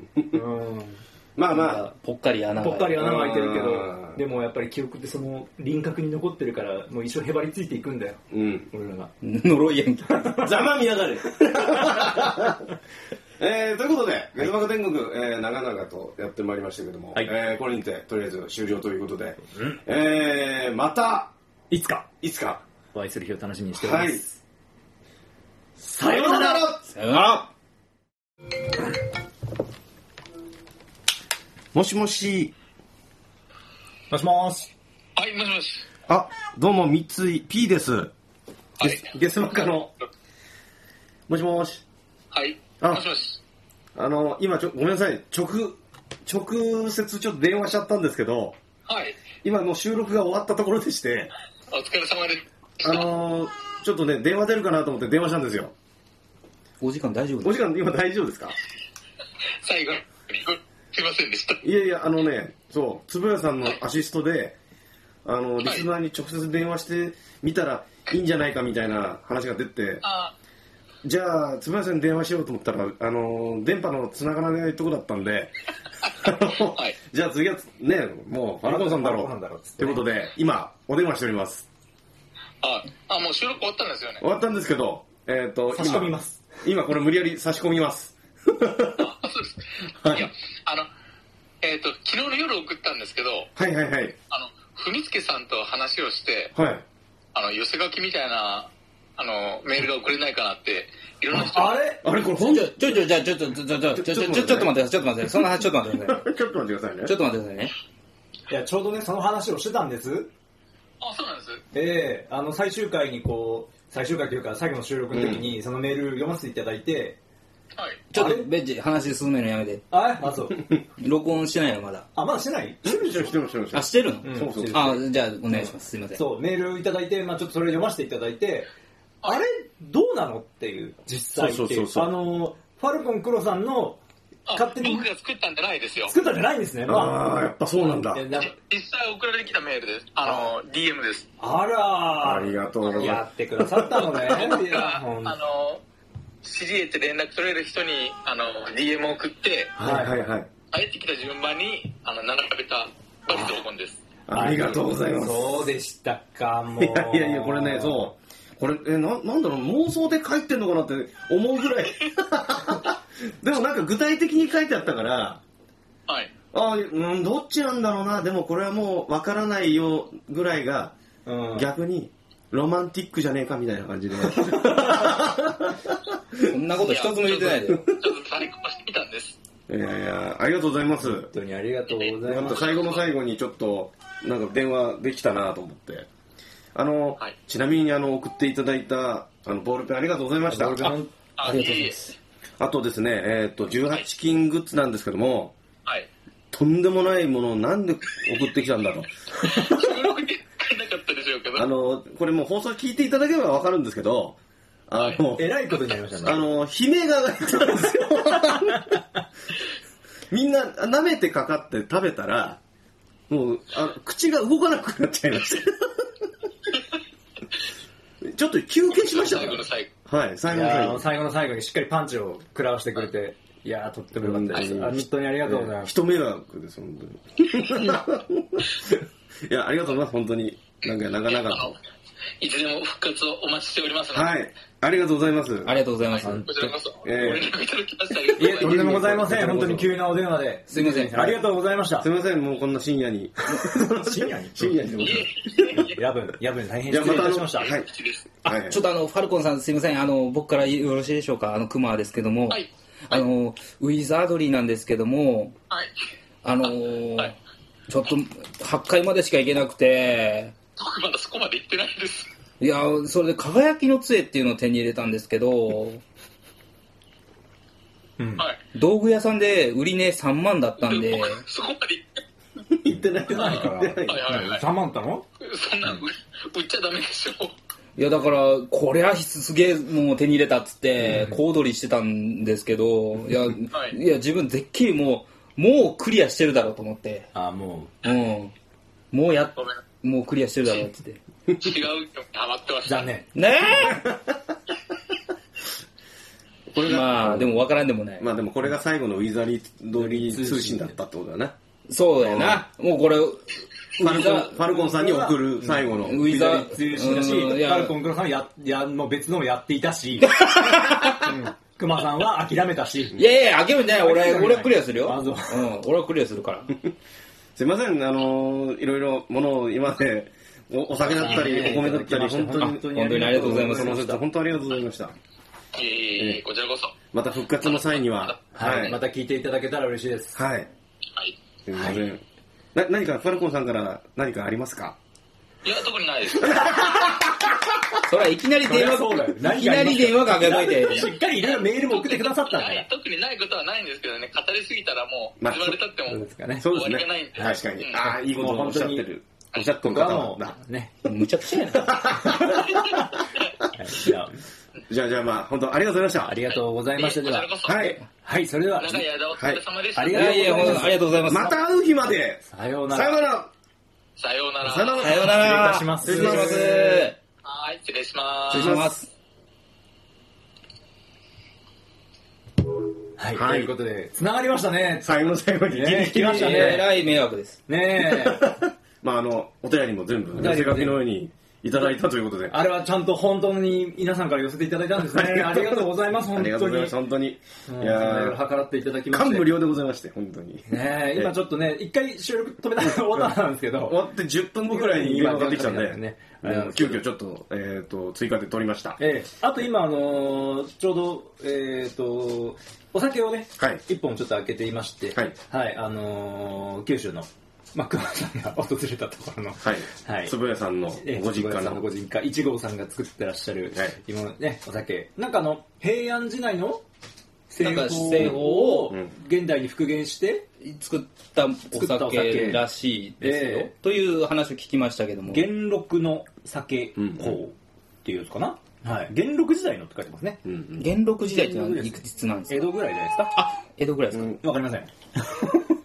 Speaker 1: まあま
Speaker 3: なん
Speaker 1: あ
Speaker 3: か、ぽっかり穴が。
Speaker 2: ぽっかり穴が開いてるけ
Speaker 1: うん
Speaker 2: ど、でもやっぱり記憶ってその輪郭に残ってるから、もう一生へばりついていくんだよ、
Speaker 1: うん。
Speaker 2: 俺らが。
Speaker 3: 呪いやんけ。
Speaker 1: ざまみやがれ。 [laughs] えー、ということで、月幕天国、えー、長々とやってまいりましたけども、
Speaker 2: はい
Speaker 1: えーこれにて、とりあえず終了ということで、えー、また、
Speaker 2: いつか
Speaker 1: いつか、
Speaker 2: お会いする日を楽しみにしており
Speaker 1: は
Speaker 2: ま
Speaker 1: い
Speaker 2: す。。さようなら
Speaker 3: さよなら
Speaker 1: もしもし、
Speaker 2: もしもーし。
Speaker 6: はい、もしもし。
Speaker 1: あ、どうも、三井 P です。
Speaker 6: はい。
Speaker 1: ゲスマカの。もしもし。
Speaker 6: はい。
Speaker 1: あ
Speaker 6: もしもし。
Speaker 1: あの、今ちょ、ごめんなさい。直、直接ちょっと電話しちゃったんですけど、
Speaker 6: はい。
Speaker 1: 今もう収録が終わったところでして、
Speaker 6: お疲れ様です。
Speaker 1: あのーちょっとね、電話出るかなと思って電話したんですよ。
Speaker 3: お時間大丈夫
Speaker 1: お時間今大丈夫ですか
Speaker 6: 最後にごすいませんでした。
Speaker 1: いやいや、あのね、そう、つぶやさんのアシストで、あの、リスナーに直接電話してみたらいいんじゃないかみたいな話が出て、
Speaker 6: あ
Speaker 1: じゃあ、つぶやさんに電話しようと思ったら、あの、電波の繋がらないとこだったんで、
Speaker 6: はい
Speaker 1: [laughs] じゃあ次 [laughs] は、ね、もう、ファラコンさんだろ
Speaker 2: ファラコンさんだろ
Speaker 1: う
Speaker 2: う。
Speaker 1: ということで、今、お電話しております。
Speaker 6: あ、あ、もう収録終わったんですよね。
Speaker 1: 終わったんですけど、えっ、と、
Speaker 2: 差し込みます。
Speaker 1: 今、今これ無理やり差し込み [laughs] ます。
Speaker 6: あ、そうです。
Speaker 1: はい
Speaker 6: い、や、あの、えっ、と、昨日の夜送ったんですけど、
Speaker 1: はいはいはい。
Speaker 6: あの、文助さんと話をして、
Speaker 1: はい。
Speaker 6: あの、寄せ書きみたいな、あの、メールが送れないかなって、いろんな人
Speaker 2: あれ
Speaker 1: あれ、これ本 [laughs]
Speaker 3: ちょ、ちょ、ちょ、ちょ、ちょ、ちょ、ちょ、ちょ、ちょ、ちょ、ちょ、ちょっと待ってください、ちょっと待ってください。そんな話、ちょっと待ってくださ
Speaker 1: ちょっと待ってくださいね
Speaker 3: い。ちょ。っと待ってくださいね。
Speaker 2: いや、ちょうどね、その話をしてたんです。
Speaker 6: あ、そうなんです。
Speaker 2: ええあの、最終回にこう、最終回というか、最後の収録の時に、そのメール読ませていただいて、
Speaker 6: はい。
Speaker 3: ちょっ
Speaker 2: あ
Speaker 3: と、
Speaker 2: れ
Speaker 3: ベッジ、話進めるのやめて。
Speaker 2: ああ、そう。
Speaker 3: 録音してないの、まだ。
Speaker 2: あ、まだしてない
Speaker 1: してるでしょ、してるでしょ、してる
Speaker 3: あ、
Speaker 1: でし
Speaker 3: してるの
Speaker 2: うん
Speaker 1: そうそう
Speaker 2: してる
Speaker 3: あ、じゃあ、お願いします。すいません。
Speaker 2: そう、メールをいただいて、まあちょっとそれ読ませていただいて、あれ、どうなのっていう、実際ってい
Speaker 1: そうそうそうそう
Speaker 2: あの、ファルコン黒さんの
Speaker 6: あ
Speaker 2: 勝手に
Speaker 6: 僕が作ったんじゃないですよ。
Speaker 2: 作ったんじゃないんですね。
Speaker 1: ょ。ああ、やっぱそうなんだ。
Speaker 2: えな
Speaker 6: 実際送られてきたメールです。あの、DM です。
Speaker 2: あらー
Speaker 1: ありがとうございます
Speaker 2: やってくださったの [laughs] ね。いや、
Speaker 6: [laughs] あ
Speaker 2: ほんと
Speaker 6: の、知り得て連絡取れる人に、あの、DM を送って、
Speaker 1: はいはいはい。
Speaker 6: 入ってきた順番に、あの、並べたバリ同梱です。
Speaker 1: ありがとうございます。
Speaker 2: そうでしたか、もう。
Speaker 1: いやいやいや、これね、そう。これ、え、な、なんだろう、妄想で書いてんのかなって思うぐらい。 [laughs] でもなんか具体的に書いてあったから、
Speaker 6: はい。
Speaker 1: あうん、どっちなんだろうな、でもこれはもうわからないよぐらいが、
Speaker 2: う。うん。
Speaker 1: 逆に、ロマンティックじゃねえかみたいな感じ [laughs] で。
Speaker 3: そんなこと一つも言ってないで
Speaker 6: ちょ。っと再考してみたんです。
Speaker 1: いやいや、ありがとうございます。
Speaker 2: 本当にありがとうござい
Speaker 1: なんか
Speaker 2: ます。
Speaker 1: 最後の最後にちょっと、なんか電話できたなと思って。あの、
Speaker 6: はい
Speaker 1: ちなみにあの、送っていただいた、あの、ボールペンありがとうございました。
Speaker 6: あ、いえいえ。
Speaker 1: あとですね、えっ、と、18金グッズなんですけども、
Speaker 6: はい。
Speaker 1: とんでもないものをなんで送ってきたんだと。
Speaker 6: 収録に入らなかったでしょうけど。
Speaker 1: あの、これもう放送聞いていただければわかるんですけど、あの、
Speaker 2: えらいことになりました
Speaker 1: あ
Speaker 2: ね。
Speaker 1: の、悲鳴が上がったんですよ。 [laughs] みんな舐めてかかって食べたら、もうあ口が動かなくなっちゃいました。 [laughs] ちょっと休憩しました
Speaker 6: 最後の
Speaker 1: か
Speaker 6: 最後。
Speaker 1: ら。はい、最
Speaker 2: い
Speaker 1: 後の
Speaker 2: や
Speaker 1: 最
Speaker 2: あの
Speaker 1: 後。
Speaker 2: 最後の最後にしっかりパンチを食らわしてくれて、いやーとってもよかったです。
Speaker 1: うん
Speaker 2: あ本当にありがとうございます。
Speaker 1: 人迷惑です、本当に。 [laughs] いや、ありがとうございます、本当に。なんか、なかなか
Speaker 6: あの
Speaker 1: の。
Speaker 6: いずれも復活をお待ちしておりますので。
Speaker 1: はい、ありがとうございます。
Speaker 3: ありがとうございます。
Speaker 6: こちらこそ、ご
Speaker 1: ええ
Speaker 6: 連絡いただきましたありがとうご
Speaker 2: い
Speaker 6: ざい
Speaker 2: え、とんで
Speaker 6: ます
Speaker 2: もございま
Speaker 1: い
Speaker 2: せ
Speaker 1: えい
Speaker 2: ん。
Speaker 1: え
Speaker 2: 本当に急なお電話で。
Speaker 3: すいません。
Speaker 2: ありがとうございました
Speaker 1: す。みません、もうこんな深夜に。
Speaker 2: 深夜に
Speaker 1: 深夜にでござい
Speaker 2: 夜分、夜分大
Speaker 1: ます。
Speaker 2: 変
Speaker 1: じゃあ、またあ
Speaker 2: 失礼いた
Speaker 1: の、
Speaker 2: しました。
Speaker 1: は
Speaker 2: はい
Speaker 1: い。
Speaker 3: あ、
Speaker 1: はい
Speaker 3: ちょっとあの、ファルコンさんすいません。あの、僕からよろしいでしょうか。あの、クマですけども。
Speaker 6: はい
Speaker 3: あの、ウィザードリーなんですけども、
Speaker 6: はい。
Speaker 3: あのー
Speaker 6: はい
Speaker 3: ちょっと、8階までしか行けなくて、
Speaker 6: 僕まだそこまで行ってないです。
Speaker 3: いや、それで、輝きの杖っていうのを手に入れたんですけど、
Speaker 6: はい。
Speaker 3: 道具屋さんで売り値3万だったんで、
Speaker 6: 僕そこまで行って
Speaker 1: 言ってない。
Speaker 2: ないから
Speaker 1: 言ってない
Speaker 6: はいはいはい。
Speaker 2: 3万たの
Speaker 6: そんなん売売っちゃダメでしょ。
Speaker 3: いや、だから、こりゃすげえもう手に入れたっつって、小躍りしてたんですけど、いや、
Speaker 6: はい
Speaker 3: いや、自分、てっきりもう、もうクリアしてるだろうと思って、
Speaker 2: あ、も
Speaker 3: うん。もうやっ
Speaker 6: ごめん。
Speaker 3: もうクリアしてるだろうっつって。
Speaker 6: 違う人にハマってま
Speaker 2: う。
Speaker 6: した。
Speaker 2: 残念。
Speaker 3: ね
Speaker 1: これ
Speaker 3: え
Speaker 1: が、
Speaker 3: まあ、でも分からんでもない。
Speaker 1: まあでもこれが最後のウィザリードリー通信だったってことだな。
Speaker 3: そうやな。もうこれ、ウ
Speaker 1: ファルコ
Speaker 3: ィザ
Speaker 1: ン、ファルコンさんに送る最後の。
Speaker 3: ウィザ
Speaker 2: ウィザーだし、
Speaker 3: うんい
Speaker 2: フ
Speaker 3: や
Speaker 2: ァルコン黒さんはや、や、もう別のもやっていたし、うん熊さんは諦めたし
Speaker 3: い、やいや、諦めてない。俺、俺はクリアするよ。
Speaker 2: あ
Speaker 3: う、
Speaker 2: そうん
Speaker 3: 俺はクリアするから。
Speaker 1: すいません、あのーいろいろものを今まで、おお酒だったり、お米だったり、本当に、
Speaker 3: 本当にありがとうございます
Speaker 1: この節は本当にありがとうございました。
Speaker 6: いえいえいえ、こちらこそ。
Speaker 1: また復活の際には、
Speaker 2: は。
Speaker 1: はいい。
Speaker 2: また聞いていただけたら嬉しいです。
Speaker 1: はい。
Speaker 6: はい。
Speaker 1: すいません。な何か、ファルコンさんから何かありますか
Speaker 6: いや、特にないです。
Speaker 3: そりゃいきなり電
Speaker 7: そりゃそうだよ
Speaker 3: 話、
Speaker 7: 何
Speaker 3: いき
Speaker 7: が
Speaker 3: な
Speaker 7: ありま
Speaker 3: り
Speaker 7: した
Speaker 3: 電話かけといて。
Speaker 7: しっかりいろいろメールも送ってくださったんだから。
Speaker 6: 特にないことはないんですけどね、語りすぎたらもう、
Speaker 1: まあ
Speaker 6: 言われたっても、
Speaker 2: そうですかね
Speaker 1: そうですね
Speaker 6: 終わりがないん。で
Speaker 1: 確かに。
Speaker 6: うん
Speaker 1: ああ、いいことをおっしゃってる。おっしゃってる
Speaker 2: 僕は
Speaker 1: 方
Speaker 2: も
Speaker 1: だ。
Speaker 2: う、ね、
Speaker 3: むちゃくちゃやな。
Speaker 2: はいじゃあ
Speaker 1: じゃあじゃあまあ、本当ありがとうござい
Speaker 2: あ
Speaker 1: まし
Speaker 2: りがとうございました。
Speaker 6: い
Speaker 2: で
Speaker 6: え
Speaker 2: は
Speaker 6: こちらこ、そ
Speaker 1: はい。
Speaker 2: はい、それでは、
Speaker 6: 長い間お疲れ様でした。
Speaker 2: はい
Speaker 3: いやいや、ほんとありがとうございま
Speaker 1: た。
Speaker 3: す。
Speaker 1: また会う日まで。
Speaker 2: さような
Speaker 1: さよ
Speaker 2: ら。
Speaker 1: なら。
Speaker 6: さようなら。
Speaker 1: さよなら
Speaker 3: さような
Speaker 2: 失礼い
Speaker 3: ら。
Speaker 2: たします
Speaker 3: 失礼します。
Speaker 6: はい、失礼します。
Speaker 3: 失礼します。
Speaker 2: はい、
Speaker 1: はい
Speaker 2: ということで、繋がりましたね。
Speaker 1: 最後の最後に。
Speaker 2: ね聞きました
Speaker 3: え
Speaker 2: ね。
Speaker 3: らい迷惑です。
Speaker 2: ねえ。
Speaker 1: [laughs] まああの、お便りも全部、寄せ書きのようにいただいたということで。
Speaker 2: あれはちゃんと本当に皆さんから寄せていただいたんですね。ありがとうございます、
Speaker 1: あ
Speaker 2: 本
Speaker 1: りが
Speaker 2: 当
Speaker 1: とうござい
Speaker 2: に。
Speaker 1: ます、本当に。い
Speaker 2: う
Speaker 1: や
Speaker 2: んいろいろ
Speaker 1: ー
Speaker 2: 計らっていただきまし
Speaker 1: 感
Speaker 2: て。
Speaker 1: 無量でございまして、本当に。
Speaker 2: ねえ、今ちょっとね、一回収録止めた終わったんですけ
Speaker 1: 終
Speaker 2: ど。
Speaker 1: わって10分後くらいに今出てきたんで、
Speaker 2: ね
Speaker 1: もう急遽ちょっと、えっ、と、追加で撮りました。
Speaker 2: ええ、あと今、あのーちょうど、えっ、と、お酒をね、
Speaker 1: はい
Speaker 2: 一本ちょっと開けていまして、
Speaker 1: はい
Speaker 2: あのー九州の、まあ、熊さんが訪れたところの、
Speaker 1: はい。
Speaker 2: はい
Speaker 1: つぶやさんの
Speaker 2: ええ
Speaker 1: ご実家
Speaker 2: 坪井さん
Speaker 1: の
Speaker 2: ご。実家、一号さんが作ってらっしゃる、
Speaker 1: はい
Speaker 2: 今のね、お酒。なんかあの、平安時代の製
Speaker 3: なんか
Speaker 2: 法
Speaker 3: 製法
Speaker 2: を
Speaker 1: を
Speaker 2: 現代に復元して、
Speaker 3: 作ったお
Speaker 2: ったお酒
Speaker 3: 酒らしいですよ
Speaker 2: え。
Speaker 3: という話を聞きましたけども。
Speaker 2: 元禄の酒
Speaker 1: うん
Speaker 2: 法っていうやつかな。はい。元禄時代のって書いてますね。
Speaker 1: うんうん。
Speaker 3: 元禄時代って何いくつなんです
Speaker 2: 江
Speaker 3: か
Speaker 2: 戸ぐらいじゃないですか。
Speaker 3: あ、江戸ぐらいですか、
Speaker 2: わかりません。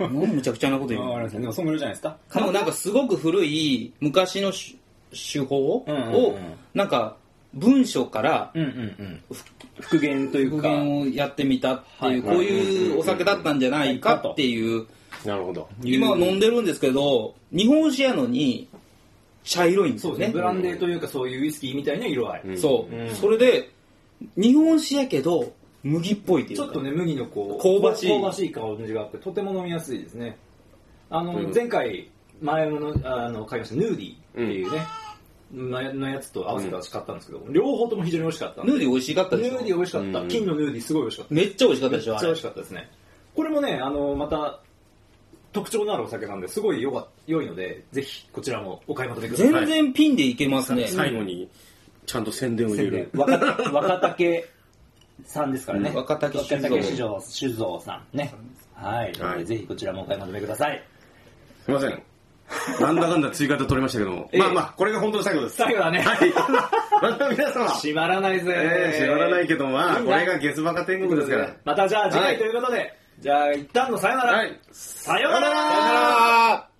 Speaker 3: もうむちゃくちゃなこと言
Speaker 2: わかり
Speaker 3: う。
Speaker 2: ません。でも、そんぐらいじゃないですか。
Speaker 3: でもなんかすごく古い昔の手手法を、
Speaker 2: うんうんうん
Speaker 3: なんか文章から
Speaker 2: うんうんうん。復元という
Speaker 3: 復
Speaker 2: か、
Speaker 3: 元をやってみたっていう、こういうお酒だったんじゃないかっていう、
Speaker 1: なるほど。
Speaker 3: 今は飲んでるんですけど、日本酒やのに茶色いんです
Speaker 2: そう
Speaker 3: よ
Speaker 2: ですね。
Speaker 3: ね
Speaker 2: ブ。ランデーというか、そういうウイスキーみたいな色合い。
Speaker 1: ん
Speaker 3: そう
Speaker 2: うん
Speaker 3: それで、日本酒やけど麦っぽいっていう
Speaker 2: ち
Speaker 3: か。
Speaker 2: ょっとね、麦のこう、
Speaker 3: 香ばしい
Speaker 2: 香ばしい香りがあって、とても飲みやすいですね。あの、
Speaker 1: うん
Speaker 2: 前回、前の、あの、買いました、ヌーディっていうね、のやのやつと合わせて私買ったんですけど、両方とも非常に美味しかったんで
Speaker 3: ヌーディ美味しかった
Speaker 2: ヌ
Speaker 3: でし
Speaker 2: ーディ美
Speaker 3: ょ。
Speaker 2: 味しかった。
Speaker 1: うん
Speaker 2: 金のヌーディすごい美味しかった。
Speaker 3: めっちゃ美味しかった
Speaker 2: めっ
Speaker 3: でし
Speaker 2: ちゃ
Speaker 3: ょ。あ
Speaker 2: 美
Speaker 3: れ
Speaker 2: 味しかったですね。これもね、あの、また、特徴のあるお酒なんで、すごい良か良いので、ぜひ、こちらもお買い求めください。
Speaker 3: 全然ピンでいけますね。
Speaker 1: 最後に、ちゃんと宣伝を入れる。
Speaker 2: [laughs] 若若竹さんですからね。
Speaker 3: うん若竹酒造
Speaker 2: 若竹酒造酒造さんね。はい。
Speaker 1: はい
Speaker 2: ぜひこちらもお買い求めください。
Speaker 1: すいません。なんだかんだ追加で撮りましたけども。
Speaker 2: ええ
Speaker 1: まあまあ、これが本当の最後です。
Speaker 2: 最後だね
Speaker 1: はい。また皆様。
Speaker 2: 閉まらないぜ。
Speaker 1: ええ、知らないけど、まあ、
Speaker 2: いい
Speaker 1: こ
Speaker 2: な
Speaker 1: れが月バカ天国ですから。
Speaker 2: またじゃあ次
Speaker 1: は
Speaker 2: 回
Speaker 1: い
Speaker 2: ということで、じゃあ一旦のさよなら。
Speaker 1: はい。
Speaker 2: さよな
Speaker 1: さ
Speaker 2: ら
Speaker 1: よなら